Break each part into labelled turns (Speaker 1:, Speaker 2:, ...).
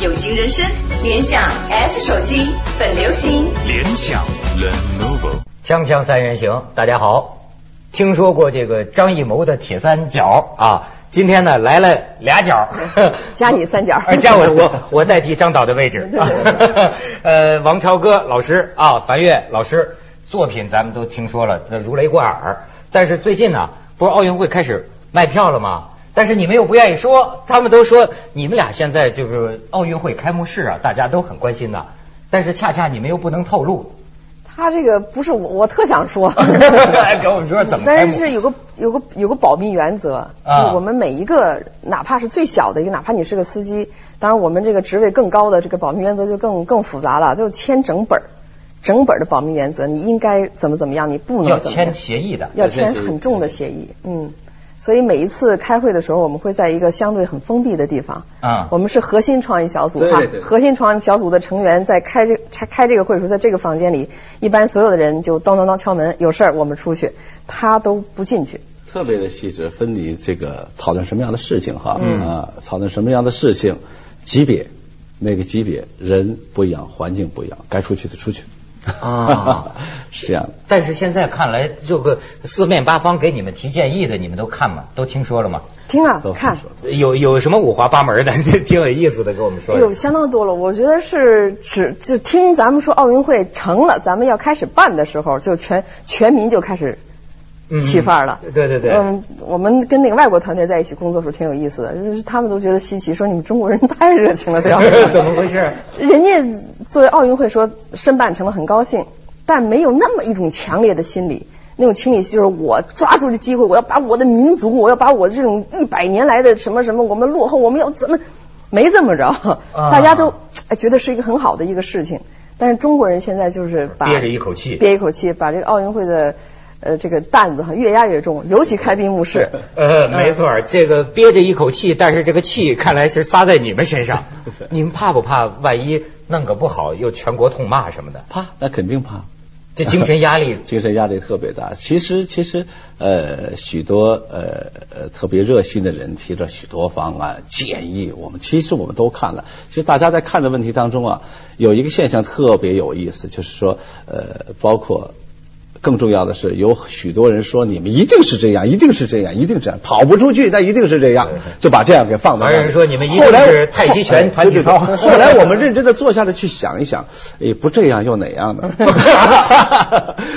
Speaker 1: 有型人生，联想 S 手机本流行。
Speaker 2: 联想 Lenovo。
Speaker 3: 锵锵三人行，大家好。听说过这个张艺谋的铁三角啊？今天呢来了俩角，
Speaker 4: 哎加你三角，
Speaker 3: 而加我我我代替张导的位置。 呃，王朝歌老师啊，樊月老师作品咱们都听说了，呃那如雷贯耳。但是最近呢，不是奥运会开始卖票了吗？但是你们又不愿意说，他们都说你们俩现在就是奥运会开幕式啊，大家都很关心呐、但是恰恰你们又不能透露，，
Speaker 4: 他这个不是我，我特想说
Speaker 3: 来
Speaker 4: 哎
Speaker 3: 给我们说怎么开
Speaker 4: 但
Speaker 3: 幕
Speaker 4: 是是有个有个有个保密原则，
Speaker 3: 啊
Speaker 4: 就我们每一个哪怕是最小的一个，哪怕你是个司机，当然我们这个职位更高的这个保密原则就更更复杂了，就是签整本儿，整本儿的保密原则，你应该怎么怎么样，你不
Speaker 3: 要
Speaker 4: 能怎么
Speaker 3: 签
Speaker 4: 样，
Speaker 3: 协议的。
Speaker 4: 要签很重的协议，嗯。所以每一次开会的时候，我们会在一个相对很封闭的地方。
Speaker 3: 啊
Speaker 4: 我们是核心创意小组
Speaker 5: 对
Speaker 4: 哈
Speaker 5: 对对，
Speaker 4: 核心创意小组的成员在开这开开这个会的时候，在这个房间里，一般所有的人就咚咚咚敲门，有事儿我们出去，他都不进去。
Speaker 5: 特别的细致，分离这个讨论什么样的事情哈，啊，讨论什么样的事情，级别，每个级别人不一样，环境不一样，该出去的出去，
Speaker 3: 啊，
Speaker 5: 是这样的。
Speaker 3: 但是现在看来，这个四面八方给你们提建议的，你们都看吗？都听说了吗？
Speaker 4: 听啊
Speaker 5: 都，是
Speaker 4: 看，
Speaker 5: 说
Speaker 3: 有有什么五花八门的， 挺有意思的，跟我们说
Speaker 4: 哎
Speaker 3: 一
Speaker 4: 呦，
Speaker 3: 说。
Speaker 4: 相当多了。我觉得是只就听咱们说奥运会成了，咱们要开始办的时候，就全全民就开始
Speaker 3: 嗯
Speaker 4: 起范儿了。
Speaker 3: 对对对，？
Speaker 4: 嗯，我们跟那个外国团队在一起工作的时候挺有意思的，就是他们都觉得稀奇，说你们中国人太热情了，对吧
Speaker 3: 怎么回事？
Speaker 4: 人家作为奥运会说申办成了很高兴，但没有那么一种强烈的心理，那种心理就是我抓住这机会，我要把我的民族，我要把我这种一百年来的什么什么，我们落后，我们要怎么？ 没这么着，大家都哎觉得是一个很好的一个事情，但是中国人现在就是把
Speaker 3: 憋着一口气。
Speaker 4: 憋一口气，把这个奥运会的呃这个担子哈越压越重，尤其开闭 幕式。
Speaker 3: 呃，没错儿，这个憋着一口气，但是这个气看来是撒在你们身 上。你们怕不怕？万一弄个不好，又全国痛骂什么的，
Speaker 5: 怕，那肯定怕。
Speaker 3: 这精神压 力
Speaker 5: 精神压力特别大。其实，其实，呃，许多呃呃特别热心的人提了许多方案建议，我们其实我们都看了。其实大家在看的问题当中啊，有一个现象特别有意思，就是说，呃，包括。更重要的是，有许多人说你们一定是这样，一定是这样，一定这样，跑不出去，那一定是这样，就把这样给放到那里。
Speaker 3: 还有人说你们一定
Speaker 5: 后来
Speaker 3: 是太极拳
Speaker 5: 哎
Speaker 3: 团体
Speaker 5: 对对对
Speaker 3: 操
Speaker 5: 后来我们认真的坐下来去想一想，哎，不这样又哪样 呢？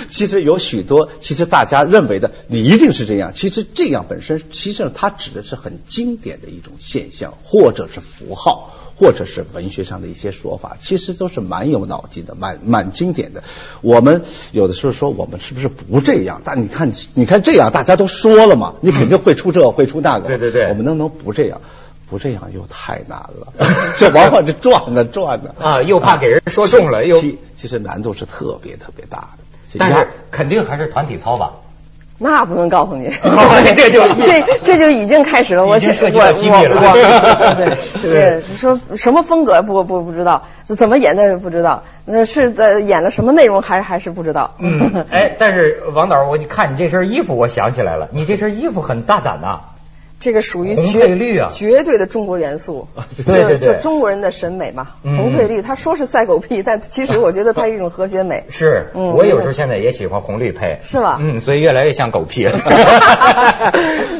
Speaker 5: 其实有许多，其实大家认为的你一定是这样，其实这样本身，其实上它指的是很经典的一种现象，或者是符号，或者是文学上的一些说法，其实都是蛮有脑筋的，蛮蛮经典的。我们有的时候说我们是不是不这样？但你看，你看这样大家都说了嘛，你肯定会出这会出那个。
Speaker 3: 对对对
Speaker 5: 我们能不能不这样？不这样又太难了， 这往往这转呢转呢
Speaker 3: 啊，又怕给人说中了，又
Speaker 5: 其其实难度是特别特别大的。
Speaker 3: 但
Speaker 5: 压
Speaker 3: 是肯定还是团体操吧。，
Speaker 4: 那不能告诉你
Speaker 3: 这就
Speaker 4: 这这就已经开始了。我
Speaker 3: 已经涉
Speaker 4: 现
Speaker 3: 及
Speaker 4: 我
Speaker 3: 到机密
Speaker 4: 我
Speaker 3: 了
Speaker 4: 我
Speaker 3: 对
Speaker 4: 对，是说什么风格不不不知道，是怎么演的也不知道，那是在演了什么内容还还是不知道。
Speaker 3: 嗯，哎，但是王导，我你看你这身衣服，我想起来了，你这身衣服很大胆呐、
Speaker 4: 这个属于
Speaker 3: 红
Speaker 4: 绝
Speaker 3: 配绿啊
Speaker 4: 绝对的中国元素，
Speaker 3: 对对
Speaker 4: 就
Speaker 3: 对
Speaker 4: 就中国人的审美嘛。
Speaker 3: 嗯。
Speaker 4: 红配绿，他说是赛狗屁，但其实我觉得它是一种和谐美
Speaker 3: 是，
Speaker 4: 嗯
Speaker 3: 我有时候现在也喜欢红绿配，
Speaker 4: 是吧
Speaker 3: 嗯，所以越来越像狗屁了。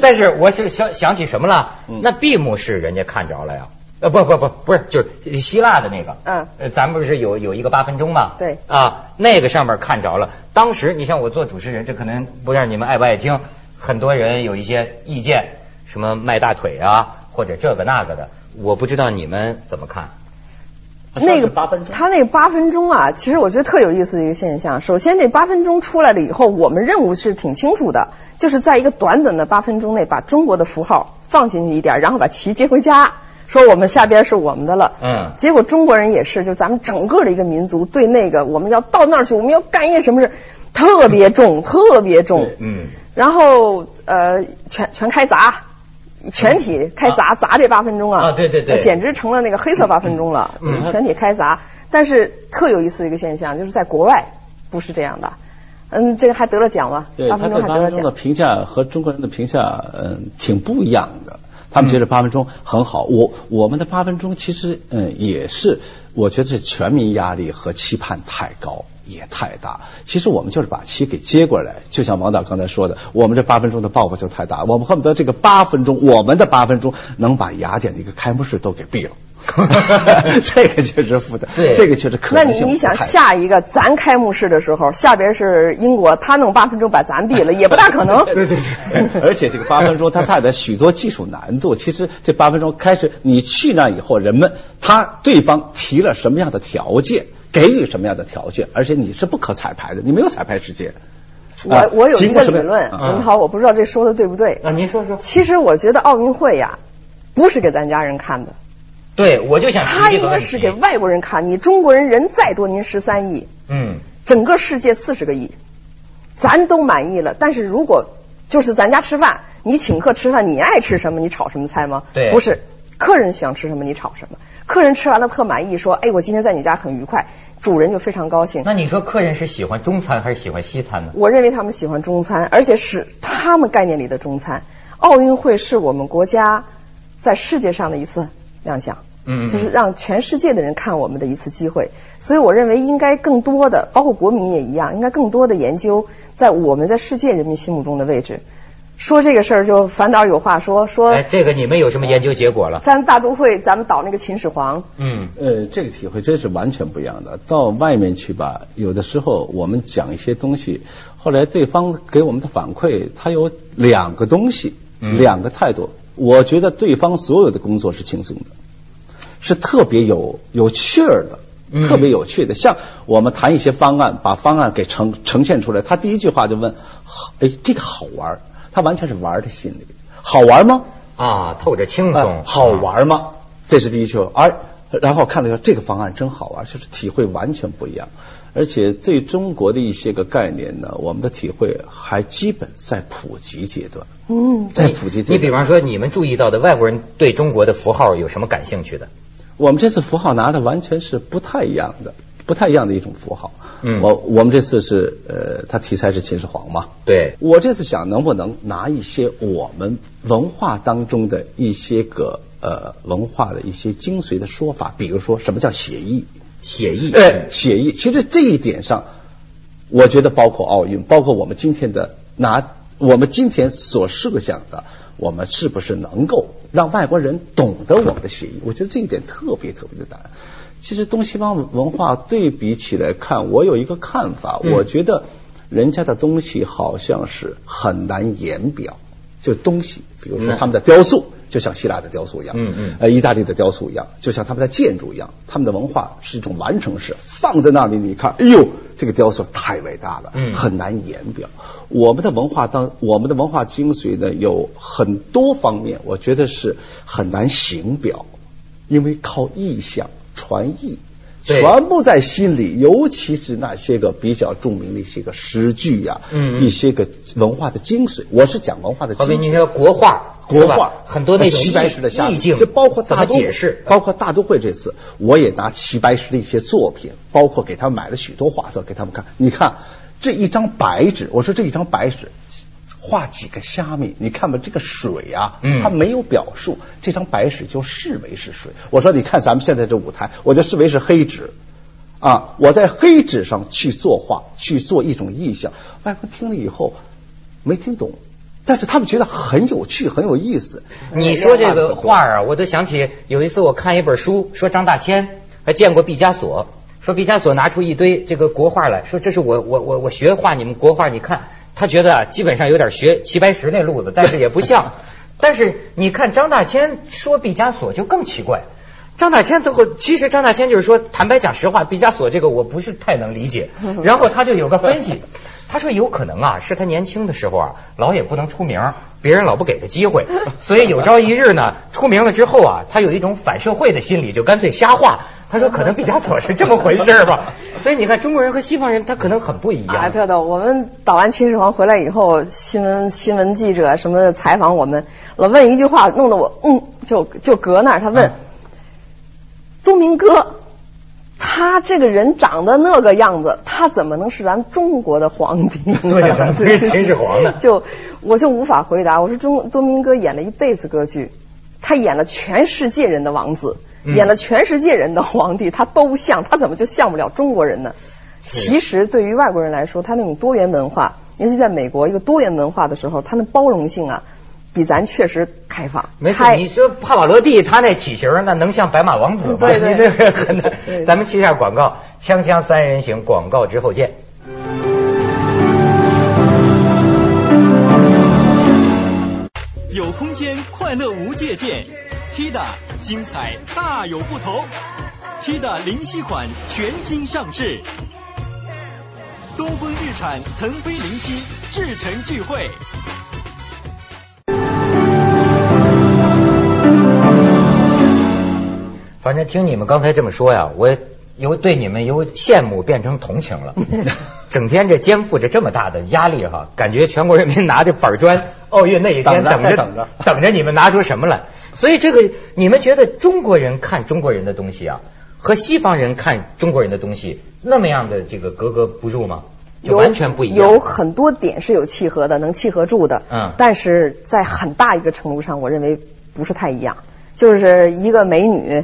Speaker 3: 但是我是想想起什么了？那闭幕式人家看着了呀。嗯呃，不不不，不是，就是希腊的那个，
Speaker 4: 嗯
Speaker 3: 呃，咱们不是有有一个八分钟嘛，
Speaker 4: 对
Speaker 3: 啊，那个上面看着了。当时你像我做主持人，这可能不让你们爱不爱听，很多人有一些意见，什么迈大腿啊，或者这个那个的，我不知道你们怎么看。
Speaker 4: 那个啊八分钟，他那个八分钟啊，其实我觉得特有意思的一个现象。首先，这八分钟出来了以后，我们任务是挺清楚的，就是在一个短短的八分钟内，把中国的符号放进去一点，然后把旗接回家，说我们下边是我们的了。
Speaker 3: 嗯
Speaker 4: 结果中国人也是，就咱们整个的一个民族对那个我们要到那儿去，我们要干一件什么事，特别重，特别重。
Speaker 3: 嗯，
Speaker 4: 然后呃，全全开砸，全体开砸，砸这八分钟啊！
Speaker 3: 啊对对对
Speaker 4: 简直成了那个黑色八分钟了，
Speaker 3: 嗯
Speaker 4: 全体开砸。但是特有意思的一个现象，就是在国外不是这样的。嗯，这个还得了奖吗？
Speaker 5: 对
Speaker 4: 八
Speaker 5: 他
Speaker 4: 分
Speaker 5: 对
Speaker 4: 钟还
Speaker 5: 八
Speaker 4: 得了
Speaker 5: 分钟的
Speaker 4: 奖。
Speaker 5: 评价和中国人的评价，嗯，挺不一样的。他们觉得八分钟很好。我我们的八分钟其实嗯也是，我觉得是全民压力和期盼太高。也太大，其实我们就是把棋给接过来，就像王导刚才说的，我们这八分钟的抱负就太大，我们恨不得这个八分钟，我们的八分钟能把雅典的一个开幕式都给毙了。 这个确实负担，
Speaker 3: 对
Speaker 5: 这个确实可
Speaker 4: 那
Speaker 5: 能
Speaker 4: 你
Speaker 5: 性
Speaker 4: 你想
Speaker 5: 不太
Speaker 4: 下一个咱开幕式的时候，下边是英国，他弄八分钟把咱毙了，也不大可能。
Speaker 5: 对对对，而且这个八分钟它带来许多技术难度。其实这八分钟开始，你去那以后，人们他对方提了什么样的条件，给予什么样的条件，而且你是不可彩排的，你没有彩排时间。啊
Speaker 4: 我我有一
Speaker 5: 经过
Speaker 4: 个
Speaker 5: 什么
Speaker 4: 理论，
Speaker 5: 啊
Speaker 4: 文涛，我不知道这说的对不对。
Speaker 3: 啊，您说说。
Speaker 4: 其实我觉得奥运会呀，不是给咱家人看的，
Speaker 3: 对，我就想
Speaker 4: 它
Speaker 3: 提这
Speaker 4: 应
Speaker 3: 个
Speaker 4: 该
Speaker 3: 问
Speaker 4: 是给
Speaker 3: 题。
Speaker 4: 外国人看。你中国人人再多，您十三亿，
Speaker 3: 嗯，
Speaker 4: 整个世界四十个亿，咱都满意了。但是如果就是咱家吃饭，你请客吃饭，你爱吃什么，你炒什么菜吗？
Speaker 3: 对
Speaker 4: 不是，客人想吃什么，你炒什么。客人吃完了特满意，说：“哎，我今天在你家很愉快。”主人就非常高兴。
Speaker 3: 那你说客人是喜欢中餐还是喜欢西餐呢？
Speaker 4: 我认为他们喜欢中餐，而且是他们概念里的中餐。奥运会是我们国家在世界上的一次亮相，
Speaker 3: 嗯嗯嗯
Speaker 4: 就是让全世界的人看我们的一次机会。所以我认为应该更多的，包括国民也一样，应该更多的研究在我们在世界人民心目中的位置。说这个事儿就反倒有话说，
Speaker 5: 呃
Speaker 4: 说
Speaker 3: 哎，这个你们有什么研究结果了？
Speaker 4: 咱大都会咱们倒那个秦始皇，
Speaker 3: 嗯，
Speaker 5: 呃，这个体会真是完全不一样的。到外面去吧，有的时候我们讲一些东西，后来对方给我们的反馈，他有两个东西，
Speaker 3: 嗯
Speaker 5: 两个态度。我觉得对方所有的工作是轻松的，是特别有有趣儿的。
Speaker 3: 嗯
Speaker 5: 特别有趣的，像我们谈一些方案，把方案给呈呈现出来，他第一句话就问：“哎，这个好玩儿。”他完全是玩儿的心理，好玩吗？
Speaker 3: 啊，透着轻松啊
Speaker 5: 哎，好。玩吗？这是第一球，而然后看了一下这个方案真好玩，就是体会完全不一样。而且对中国的一些个概念呢，我们的体会还基本在普及阶段，
Speaker 4: 嗯，
Speaker 5: 在普及
Speaker 3: 你
Speaker 5: 阶
Speaker 3: 比
Speaker 5: 段。
Speaker 3: 方说，你们注意到的外国人对中国的符号有什么感兴趣的？
Speaker 5: 我们这次符号拿的完全是不太一样的，不太一样的一种符号。
Speaker 3: 嗯
Speaker 5: 我我们这次是呃，它题材是秦始皇嘛，
Speaker 3: 对，
Speaker 5: 我这次想能不能拿一些我们文化当中的一些个呃文化的一些精髓的说法，比如说什么叫写意，
Speaker 3: 写意。嗯
Speaker 5: 哎，写意。其实这一点上，我觉得包括奥运，包括我们今天的拿我们今天所设想的，我们是不是能够让外国人懂得我们的写意？我觉得这一点特别特别的难。其实东西方文化对比起来看，我有一个看法，
Speaker 3: 嗯
Speaker 5: 我觉得人家的东西好像是很难言表，就东西，比如说
Speaker 3: 那
Speaker 5: 他们的雕塑，就像希腊的雕塑一样，
Speaker 3: 嗯嗯
Speaker 5: 呃，意大利的雕塑一样，就像他们的建筑一样，他们的文化是一种完成式，放在那里，你看，哎呦，这个雕塑太伟大了，
Speaker 3: 嗯
Speaker 5: 很难言表。我们的文化当，我们的文化精髓呢，有很多方面，我觉得是很难形表，因为靠意象传意。
Speaker 3: 对
Speaker 5: 全部在心里，尤其是那些个比较著名的一些个诗句呀、
Speaker 3: 嗯嗯
Speaker 5: 一些个文化的精髓。我是讲文化的精
Speaker 3: 好比
Speaker 5: 髓。
Speaker 3: 您说国画，
Speaker 5: 国
Speaker 3: 是吧
Speaker 5: 画呃
Speaker 3: 很多那种
Speaker 5: 齐白石的下
Speaker 3: 意境，
Speaker 5: 这包括
Speaker 3: 怎
Speaker 5: 大
Speaker 3: 么
Speaker 5: 都会
Speaker 3: 解释？
Speaker 5: 包括大都会这次，我也拿齐白石的一些作品，包括给他们买了许多画册给他们看。你看这一张白纸，我说这一张白纸。画几个虾米？你看吧，这个水啊，
Speaker 3: 嗯
Speaker 5: 它没有表述，这张白纸就视为是水。我说，你看咱们现在这舞台，我就视为是黑纸啊。我在黑纸上去作画，去做一种意象。外国人听了以后没听懂，但是他们觉得很有趣，很有意思。
Speaker 3: 你说这个画 儿啊，我都想起有一次我看一本书，说张大千还见过毕加索，说毕加索拿出一堆这个国画来说，这是我我我我学画你们国画，你看他觉得啊，基本上有点学齐白石那路子，但是也不像。 但是你看张大千说毕加索就更奇怪。张大千最后，其实张大千就是说，坦白讲实话，毕加索这个我不是太能理 解。然后他就有个分析，他说有可能啊，是他年轻的时候啊，老也不能出名，别人老不给他机 会，所以有朝一日呢，出名了之后啊，他有一种反社会的心理，就干脆瞎画。他说可能毕加索是这么回事儿 吧。所以你看，中国人和西方人他可能很不一
Speaker 4: 啊，
Speaker 3: 样。
Speaker 4: 特逗！我们导完秦始皇回来以后，新闻新闻记者什么的采访我们，老问一句话，弄得我嗯，就就搁那儿。他问、
Speaker 3: 嗯
Speaker 4: 东明哥，他这个人长得那个样子，他怎么能是咱中国的皇帝呢？
Speaker 3: 对 呀怎么会是秦始皇呢
Speaker 4: 就我就无法回答。我说中东明哥演了一辈子歌剧，他演了全世界人的王子，
Speaker 3: 嗯
Speaker 4: 演了全世界人的皇帝，他都像，他怎么就像不了中国人呢？其实对于外国人来说，他那种多元文化，尤其在美国一个多元文化的时候，他那包容性啊，比咱确实开放。
Speaker 3: 没事，
Speaker 4: 开
Speaker 3: 你说帕瓦罗蒂他那体型儿，那能像白马王子吗？
Speaker 4: 对对
Speaker 3: 你那个很难
Speaker 4: 对对
Speaker 3: 咱们去一下广告，《锵锵三人行》广告之后见。
Speaker 6: 有空间，快乐无界限。Tida 精彩大有不同，Tida 零七款全新上市，东风日产腾飞零七至诚聚会。
Speaker 3: 反正听你们刚才这么说呀，我也由对你们由羡慕变成同情 了。整天这肩负着这么大的压力哈，感觉全国人民拿着板砖， 奥运那一天
Speaker 5: 等着
Speaker 3: 等
Speaker 5: 还
Speaker 3: 着
Speaker 5: 等着
Speaker 3: 等着你们拿出什么来。所以这个你们觉得中国人看中国人的东西啊，和西方人看中国人的东西那么样的这个格格不入吗？就
Speaker 4: 有
Speaker 3: 完全不一样。
Speaker 4: 有很多点是有契合的，能契合住的。
Speaker 3: 嗯
Speaker 4: 但是在很大一个程度上，我认为不是太一样。就是一个美女，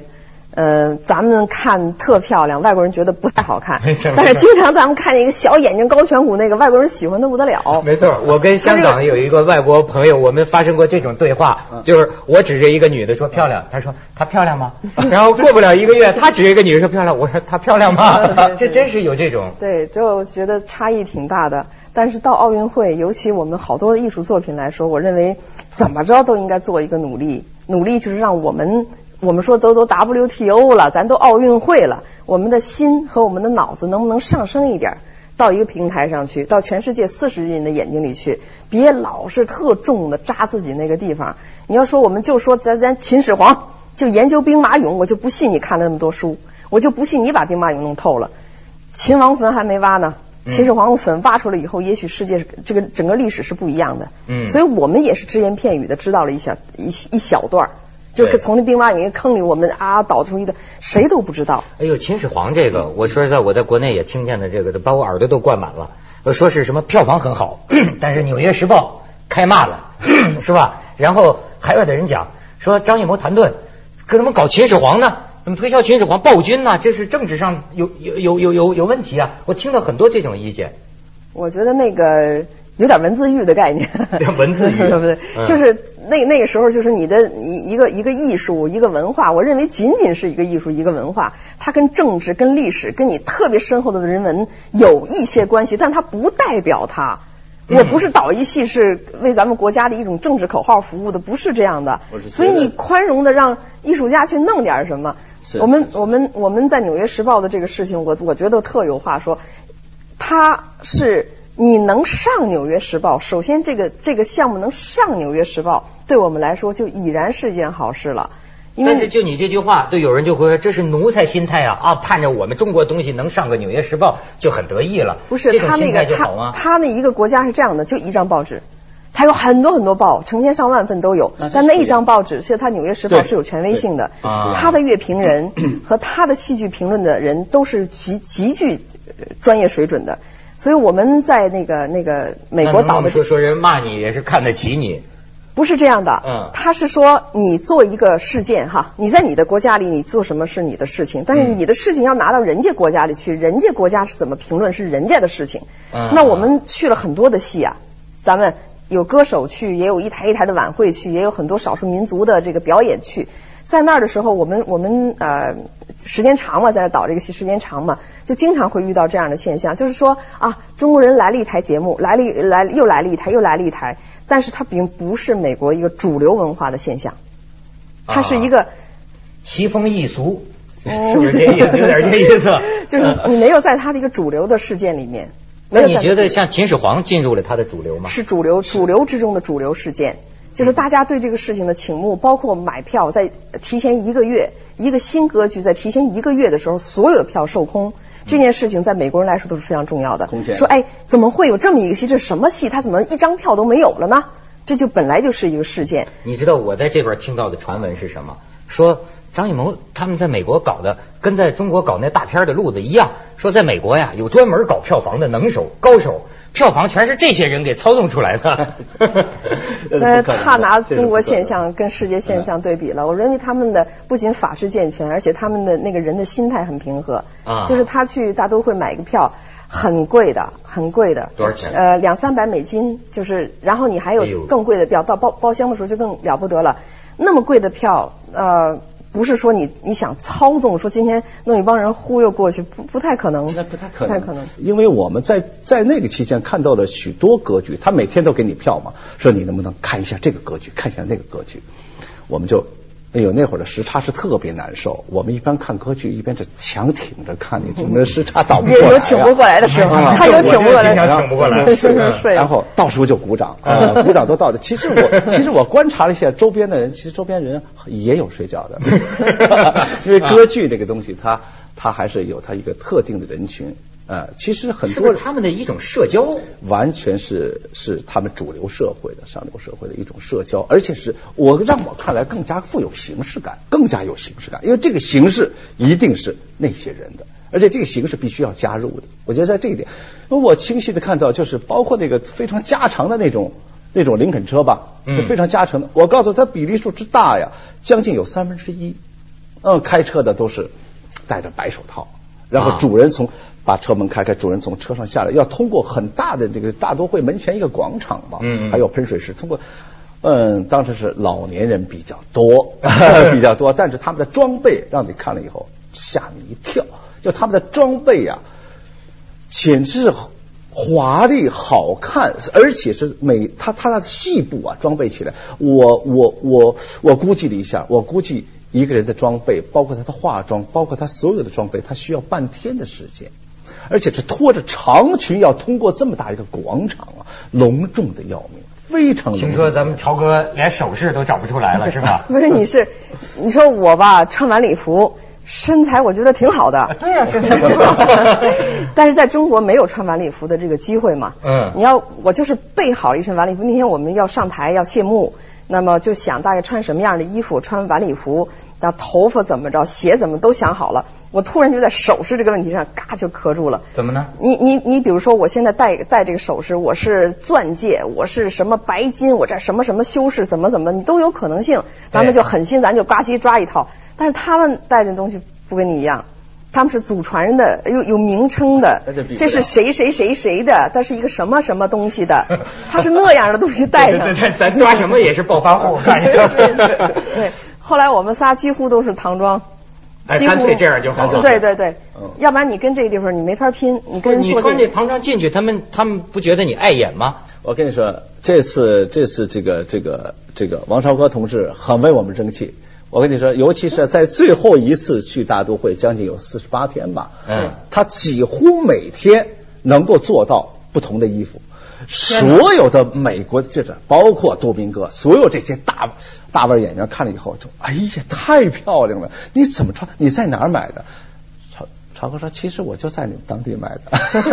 Speaker 4: 呃，咱们看特漂亮，外国人觉得不太好看
Speaker 3: 没事没事。
Speaker 4: 但是经常咱们看见一个小眼睛高颧骨那个，外国人喜欢的不得了。
Speaker 3: 没错，我跟香港有一个外国朋友，我们发生过这种对话，就是我指着一个女的说漂亮，她说她漂亮吗？然后过不了一个月，她指着一个女的说漂亮，我说她漂亮吗？这真是有这种。
Speaker 4: 对，就觉得差异挺大的。但是到奥运会，尤其我们好多的艺术作品来说，我认为怎么着都应该做一个努力，努力就是让我们我们说都都 WTO 了，咱都奥运会了，我们的心和我们的脑子能不能上升一点儿？到一个平台上去，到全世界四十亿人的眼睛里去，别老是特重的扎自己那个地方。你要说我们就说咱咱秦始皇就研究兵马俑，我就不信你看了那么多书，我就不信你把兵马俑弄透了。秦王坟还没挖呢，
Speaker 3: 嗯
Speaker 4: 秦始皇坟挖出来以后，也许世界是这个整个历史是不一样的。
Speaker 3: 嗯
Speaker 4: 所以我们也是只言片语的知道了一小一一小段儿，就
Speaker 3: 对
Speaker 4: 是从那兵马俑一个坑里，我们啊导出一个谁都不知道。
Speaker 3: 哎呦，秦始皇这个，我说实在，我在国内也听见的这个，都把我耳朵都灌满了。呃说是什么票房很好， 但是《纽约时报》开骂了， 是吧？然后海外的人讲说张艺谋谈论，跟他们搞秦始皇呢，怎么推销秦始皇暴君呢？这是政治上有有有有有有问题啊！我听到很多这种意见。，
Speaker 4: 我觉得那个有点文字狱的概念
Speaker 3: 文字狱
Speaker 4: 对不对？
Speaker 3: 嗯
Speaker 4: 就是那那个时候，就是你的一一个一个艺术，一个文化，我认为仅仅是一个艺术，一个文化，它跟政治、跟历史、跟你特别深厚的人文有一些关系，但它不代表它。
Speaker 3: 嗯
Speaker 4: 我不是导一系是为咱们国家的一种政治口号服务的，不是这样的
Speaker 5: 我是觉。得
Speaker 4: 所以你宽容的让艺术家去弄点什么。
Speaker 5: 是
Speaker 4: 我们
Speaker 5: 是
Speaker 4: 我们我们在《纽约时报》的这个事情，我我觉得特有话说。它是你能上《纽约时报》，首先这个这个项目能上《纽约时报》，对我们来说就已然是一件好事了。因
Speaker 3: 但是
Speaker 4: 为
Speaker 3: 就你这句话，对有人就会说这是奴才心态啊啊！盼着我们中国东西能上个《纽约时报》就很得意了，
Speaker 4: 不是
Speaker 3: 这种
Speaker 4: 他那
Speaker 3: 心态
Speaker 4: 个
Speaker 3: 就
Speaker 4: 他
Speaker 3: 好啊吗？
Speaker 4: 他那一个国家是这样的，就一张报纸。它有很多很多报，成千上万份都有
Speaker 5: 那这，是
Speaker 4: 但那一张报纸，所以它《纽约时报》
Speaker 5: 对
Speaker 4: 是有权威性的。
Speaker 3: 对啊
Speaker 4: 它的乐评人 和它的戏剧评论的人都是极极具呃专业水准的，所以我们在那个那个美国
Speaker 3: 那
Speaker 4: 岛
Speaker 3: 我
Speaker 4: 的
Speaker 3: 们说说人骂你也是看得起你，
Speaker 4: 不是这样的，
Speaker 3: 嗯
Speaker 4: 他是说你做一个事件哈，你在你的国家里你做什么是你的事情，但是
Speaker 3: 嗯
Speaker 4: 你的事情要拿到人家国家里去，人家国家是怎么评论是人家的事情。
Speaker 3: 嗯
Speaker 4: 那我们去了很多的戏啊，咱们有歌手去，也有一台一台的晚会去，也有很多少数民族的这个表演去。在那儿的时候，我们我们呃时间长嘛，在那导这个戏时间长嘛，就经常会遇到这样的现象，就是说啊，中国人来了一台节目，来了一来又来了一台，又来了一台，但是它并不是美国一个主流文化的现象，
Speaker 3: 啊
Speaker 4: 它是一个、
Speaker 3: 奇风异俗， 是不是这意思？有点这意 思。 嗯
Speaker 4: 就是你没有在它的一个主流的事件里面。
Speaker 3: 那
Speaker 4: 没
Speaker 3: 你
Speaker 4: 有在
Speaker 3: 觉得像秦始皇进入了他的主流吗？
Speaker 4: 是主流主流之中的主流事件，就是大家对这个事情的倾慕，包括买票在呃提前一个月，一个新歌剧在提前一个月的时候，所有的票售空。这件事情在美国人来说都是非常重要的
Speaker 5: 空前。
Speaker 4: 说，哎，怎么会有这么一个戏？这什么戏？他怎么一张票都没有了呢？这就本来就是一个事件。
Speaker 3: 你知道我在这边听到的传闻是什么？说张艺谋他们在美国搞的，跟在中国搞那大片的路子一样，说在美国呀有专门搞票房的能手高手，票房全是这些人给操纵出来 的。呃
Speaker 4: 但是呃他拿中国现象跟世界现象对比
Speaker 3: 嗯
Speaker 4: 了，我认为他们的不仅法制健全，而且他们的那个人的心态很平和。
Speaker 3: 啊
Speaker 4: 就是他去大都会买个票，很贵的，很贵的。
Speaker 3: 多少钱
Speaker 4: 呃，两三百美金，就是，然后你还有
Speaker 3: 哎呦
Speaker 4: 更贵的票，到包包厢的时候就更了不得了。那么贵的票，呃，不是说你你想操纵，说今天弄一帮人忽悠过去，不不太可能，
Speaker 5: 那不太
Speaker 4: 不
Speaker 5: 可能，
Speaker 4: 太可能。
Speaker 5: 因为我们在在那个期间看到了许多格局，他每天都给你票嘛，说你能不能看一下这个格局，看一下那个格局，我们就。哎呦，那会儿的时差是特别难受。我们一般看歌剧，一边是强挺着看，你整个时差倒不过
Speaker 4: 也
Speaker 5: 来、啊。
Speaker 4: 有挺不过来的时候
Speaker 5: 啊，
Speaker 4: 他有挺不过来
Speaker 3: 我觉得经常
Speaker 4: 的。
Speaker 3: 挺不过来
Speaker 5: 然 后
Speaker 4: 是是是
Speaker 5: 然后到时候就鼓掌，啊鼓掌都到的。其实我其实我观察了一下周边的人，其实周边人也有睡 觉的，因为歌剧这个东西，它它还是有它一个特定的人群。呃，其实很
Speaker 3: 是
Speaker 5: 多
Speaker 3: 不
Speaker 5: 人
Speaker 3: 是他们的一种社交？
Speaker 5: 完全是是他们主流社会的上流社会的一种社交，而且是我让我看来更加富有形式感，更加有形式感，因为这个形式一定是那些人的，而且这个形式必须要加入的。我觉得在这一点，因为我清晰的看到，就是包括那个呃非常加长的那种那种林肯车吧，
Speaker 3: 嗯
Speaker 5: 非常加长的，我告诉他比例数之大呀，将近有三分之一。嗯，开车的都是戴着白手套，然后
Speaker 3: 啊
Speaker 5: 主人从、把车门开开，主人从车上下来，要通过很大的这个大都会门前一个广场嘛，
Speaker 3: 嗯嗯
Speaker 5: 还有喷水池，通过。嗯，当时是老年人比较多， 比较多，但是他们的装备让你看了以后吓你一跳，就他们的装备呀、简直是华丽好看，而且是每它它的细部啊装备起来，我我我我估计了一下，我估计一个人的装备，包括他的化妆，包括他所有的装备，他需要半天的时间。而且是拖着长裙要通过这么大一个广场啊，隆重的要命，非常隆重。
Speaker 3: 听说咱们朝哥连手势都找不出来了，是吧？
Speaker 4: 不是你是，你说我吧，穿完礼服，身材我觉得挺好的。
Speaker 3: 对呀身材不
Speaker 4: 不
Speaker 3: 错
Speaker 4: 错。但是在中国没有穿晚礼服的这个机会嘛。
Speaker 3: 嗯
Speaker 4: 你要我就是备好了一身晚礼服，那天我们要上台要谢幕，那么就想大概穿什么样的衣服，穿晚礼服，那头发怎么着，鞋怎么都想好了。我突然就在首饰这个问题上，嘎就磕住了。
Speaker 3: 怎么呢？
Speaker 4: 你你你，比如说，我现在戴戴这个首饰，我是钻戒，我是什么白金，我这什么什么修饰，怎么怎么，你都有可能性。咱们就狠心，咱就呱唧抓一套。但是他们戴的东西不跟你一样，他们是祖传的，有有名称的
Speaker 5: 那就比不，了
Speaker 4: 这是谁谁谁谁的，它是一个什么什么东西的，他是那样的东西戴上。
Speaker 3: 咱抓什么也是暴发户， 我看着。
Speaker 4: 对，后来我们仨几乎都是唐装。
Speaker 3: 哎
Speaker 4: 几乎
Speaker 3: 干脆这样就好了
Speaker 4: 对对对
Speaker 5: 嗯，
Speaker 4: 要不然你跟这个地方你没法拼，你跟人
Speaker 3: 你
Speaker 4: 说
Speaker 3: 穿
Speaker 4: 这
Speaker 3: 这
Speaker 4: 个
Speaker 3: 唐装进去，他们他们不觉得你碍眼吗？
Speaker 5: 我跟你说，这次这次这个这个这个王朝歌同志很为我们争气。我跟你说，尤其是在最后一次去大都会，将近有四十八天吧，
Speaker 3: 嗯
Speaker 5: 他几乎每天能够做到不同的衣服。所有的美国记者，包括杜宾哥，所有这些大大腕演员看了以后就，哎呀，太漂亮了！你怎么穿？你在哪儿买的？朝朝哥说：“其实我就在你们当地买 的，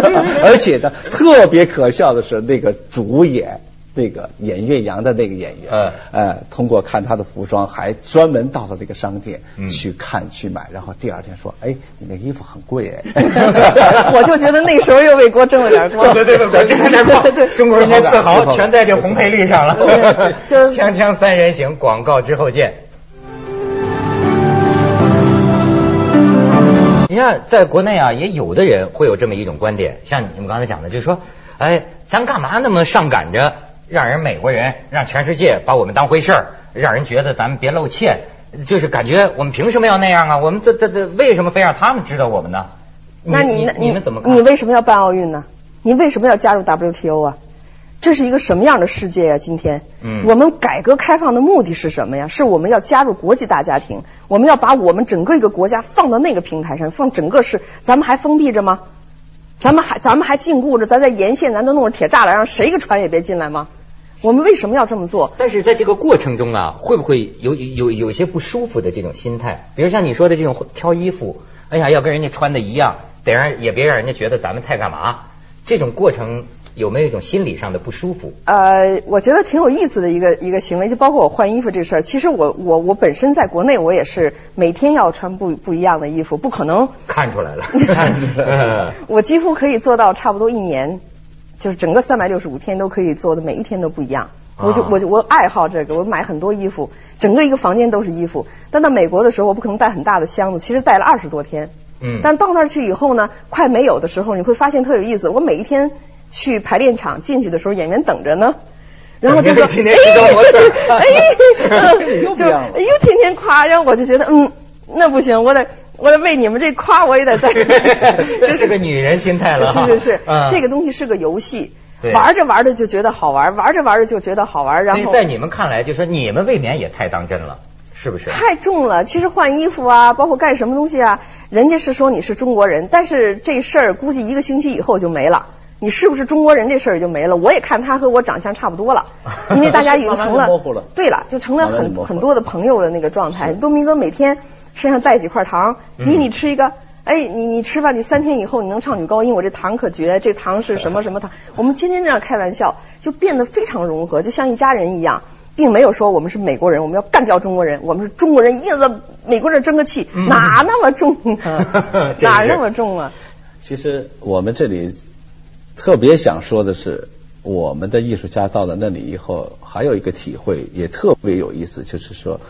Speaker 5: 而且呢，特别可笑的是那个主演。”那个演岳阳的那个演员，
Speaker 3: 嗯
Speaker 5: 呃，通过看他的服装，还专门到了那个商店、
Speaker 3: 嗯
Speaker 5: 去看去买，然后第二天说，哎，你那衣服很贵 哎，
Speaker 4: 我就觉得那时候又为国争了点光。
Speaker 3: 对对对，我这点光，中国人的自
Speaker 5: 自豪
Speaker 3: 豪
Speaker 5: 感
Speaker 3: 全在这红配绿上了。
Speaker 4: 对就 是
Speaker 3: 锵锵三人行，广告之后见。你看，在国内啊，也有的人会有这么一种观点，像你们刚才讲的，就是说，哎，咱干嘛那么上赶着让人美国人让全世界把我们当回事儿，让人觉得咱们别露怯，就是感觉我们凭什么要那样啊？我们这这这为什么非让他们知道我们呢？
Speaker 4: 那你
Speaker 3: 你
Speaker 4: 那
Speaker 3: 你们怎么看？
Speaker 4: 你为什么要办奥运呢？你为什么要加入 WTO 啊？这是一个什么样的世界呀、今天，
Speaker 3: 嗯
Speaker 4: 我们改革开放的目的是什么呀？是我们要加入国际大家庭，我们要把我们整个一个国家放到那个平台上，放整个是，咱们还封闭着吗？咱们还咱们还禁锢着，咱在沿线咱都弄着铁栅栏，让谁个船也别进来吗？我们为什么要这么做？
Speaker 3: 但是在这个过程中啊，会不会有有有有些不舒服的这种心态？比如像你说的这种挑衣服，哎呀，要跟人家穿的一样，得让也别让人家觉得咱们太干嘛。这种过程有没有一种心理上的不舒服？
Speaker 4: 呃，我觉得挺有意思的一个一个行为，就包括我换衣服这事儿。其实我我我本身在国内，我也是每天要穿不不一样的衣服，不可能。
Speaker 3: 看出来了，看出来了。
Speaker 4: 我几乎可以做到差不多一年，就是整个三百六十五天都可以做的，每一天都不一样。我就我就我爱好这个，我买很多衣服，整个一个房间都是衣服。但到美国的时候，我不可能带很大的箱子，其实带了二十多天。
Speaker 3: 嗯。
Speaker 4: 但到那儿去以后呢，快没有的时候，你会发现特有意思。我每一天去排练场进去的时候，演员等着呢，然后就说：“哎， 哎，就哎呦，天天夸。”然后我就觉得，嗯，那不行，我得。我得为你们这夸我也得在，
Speaker 3: 这是个嗯女人心态了。
Speaker 4: 是是是，这个东西是个游戏，玩着玩着就觉得好玩，玩着玩着就觉得好玩。然后
Speaker 3: 在你们看来，就说你们未免也太当真了，是不是？
Speaker 4: 太重了。其实换衣服啊，包括干什么东西啊，人家是说你是中国人，但是这事儿估计一个星期以后就没了。你是不是中国人这事儿就没了？我也看他和我长相差不多了，因为大家已经 成了，对了，就成了很很多的朋友的那个状态。多明哥每天。身上带几块糖，你你吃一个，哎，你你吃吧，你三天以后你能唱女高音，我这糖可绝，这糖 是什么什么糖？我们天天这样开玩笑，就变得非常融合，就像一家人一样，并没有说我们是美国人，我们要干掉中国人，我们是中国人，硬了美国人争个气，哪那么重 啊？哪那么重啊？
Speaker 5: 其实我们这里特别想说的是，我们的艺术家到了那里以后，还有一个体会也特别有意思，就是说。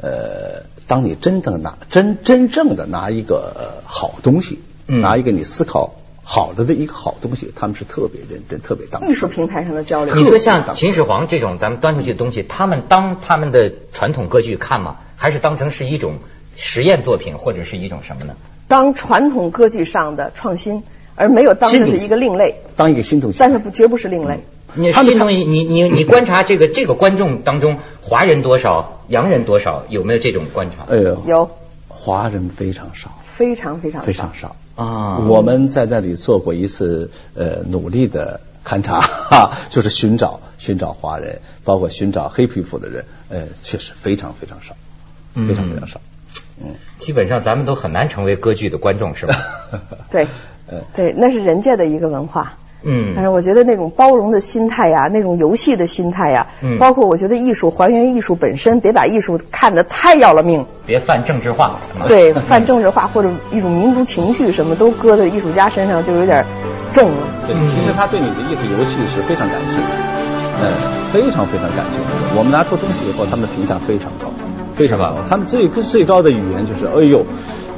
Speaker 5: 呃，当你真正拿真真正的拿一个、呃、好东西，
Speaker 3: 嗯
Speaker 5: 拿一个你思考好了的一个好东西，他们是特别认真、特别当真。
Speaker 4: 艺术平台上的交流，
Speaker 3: 你说像秦始皇这种咱们端出去的东西，他们当他们的传统歌剧看吗？还是当成是一种实验作品，或者是一种什么呢？
Speaker 4: 当传统歌剧上的创新，而没有当成是一个另类，
Speaker 5: 当一个新东西，
Speaker 4: 但是不绝不是另类。
Speaker 3: 你新东西，你你你观察这个这个观众当中，华人多少，洋人多少，有没有这种观察？
Speaker 5: 哎呦，
Speaker 4: 有
Speaker 5: 华人非常少，
Speaker 4: 非常嗯非常
Speaker 5: 非常少。
Speaker 3: 啊，
Speaker 5: 我们在那里做过一次呃努力的勘察， 哈，就是寻找寻找华人，包括寻找黑皮肤的人，呃，确实非常非常少，非常非常少。 嗯，
Speaker 3: 基本上咱们都很难成为歌剧的观众，是吧？
Speaker 4: 对，
Speaker 5: 呃
Speaker 4: 对，那是人家的一个文化。
Speaker 3: 嗯，
Speaker 4: 但是我觉得那种包容的心态呀，那种游戏的心态呀，
Speaker 3: 嗯
Speaker 4: 包括我觉得艺术还原艺术本身，别把艺术看得太要了命，
Speaker 3: 别犯政治化。
Speaker 4: 对，泛政治化或者一种民族情绪什么都搁在艺术家身上，就有点重了。
Speaker 3: 嗯
Speaker 5: 对，其实他对你的艺术游戏是非常感兴趣，呃，非常非常感兴趣的。我们拿出东西以后，他们的评价非常高，非常高
Speaker 3: 是吧。
Speaker 5: 他们最最高的语言就是，哎呦，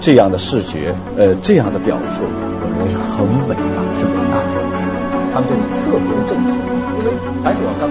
Speaker 5: 这样的视觉，呃，这样的表述，我认为是很伟大，是伟大的。他们对你特别的震惊，因为还是我刚。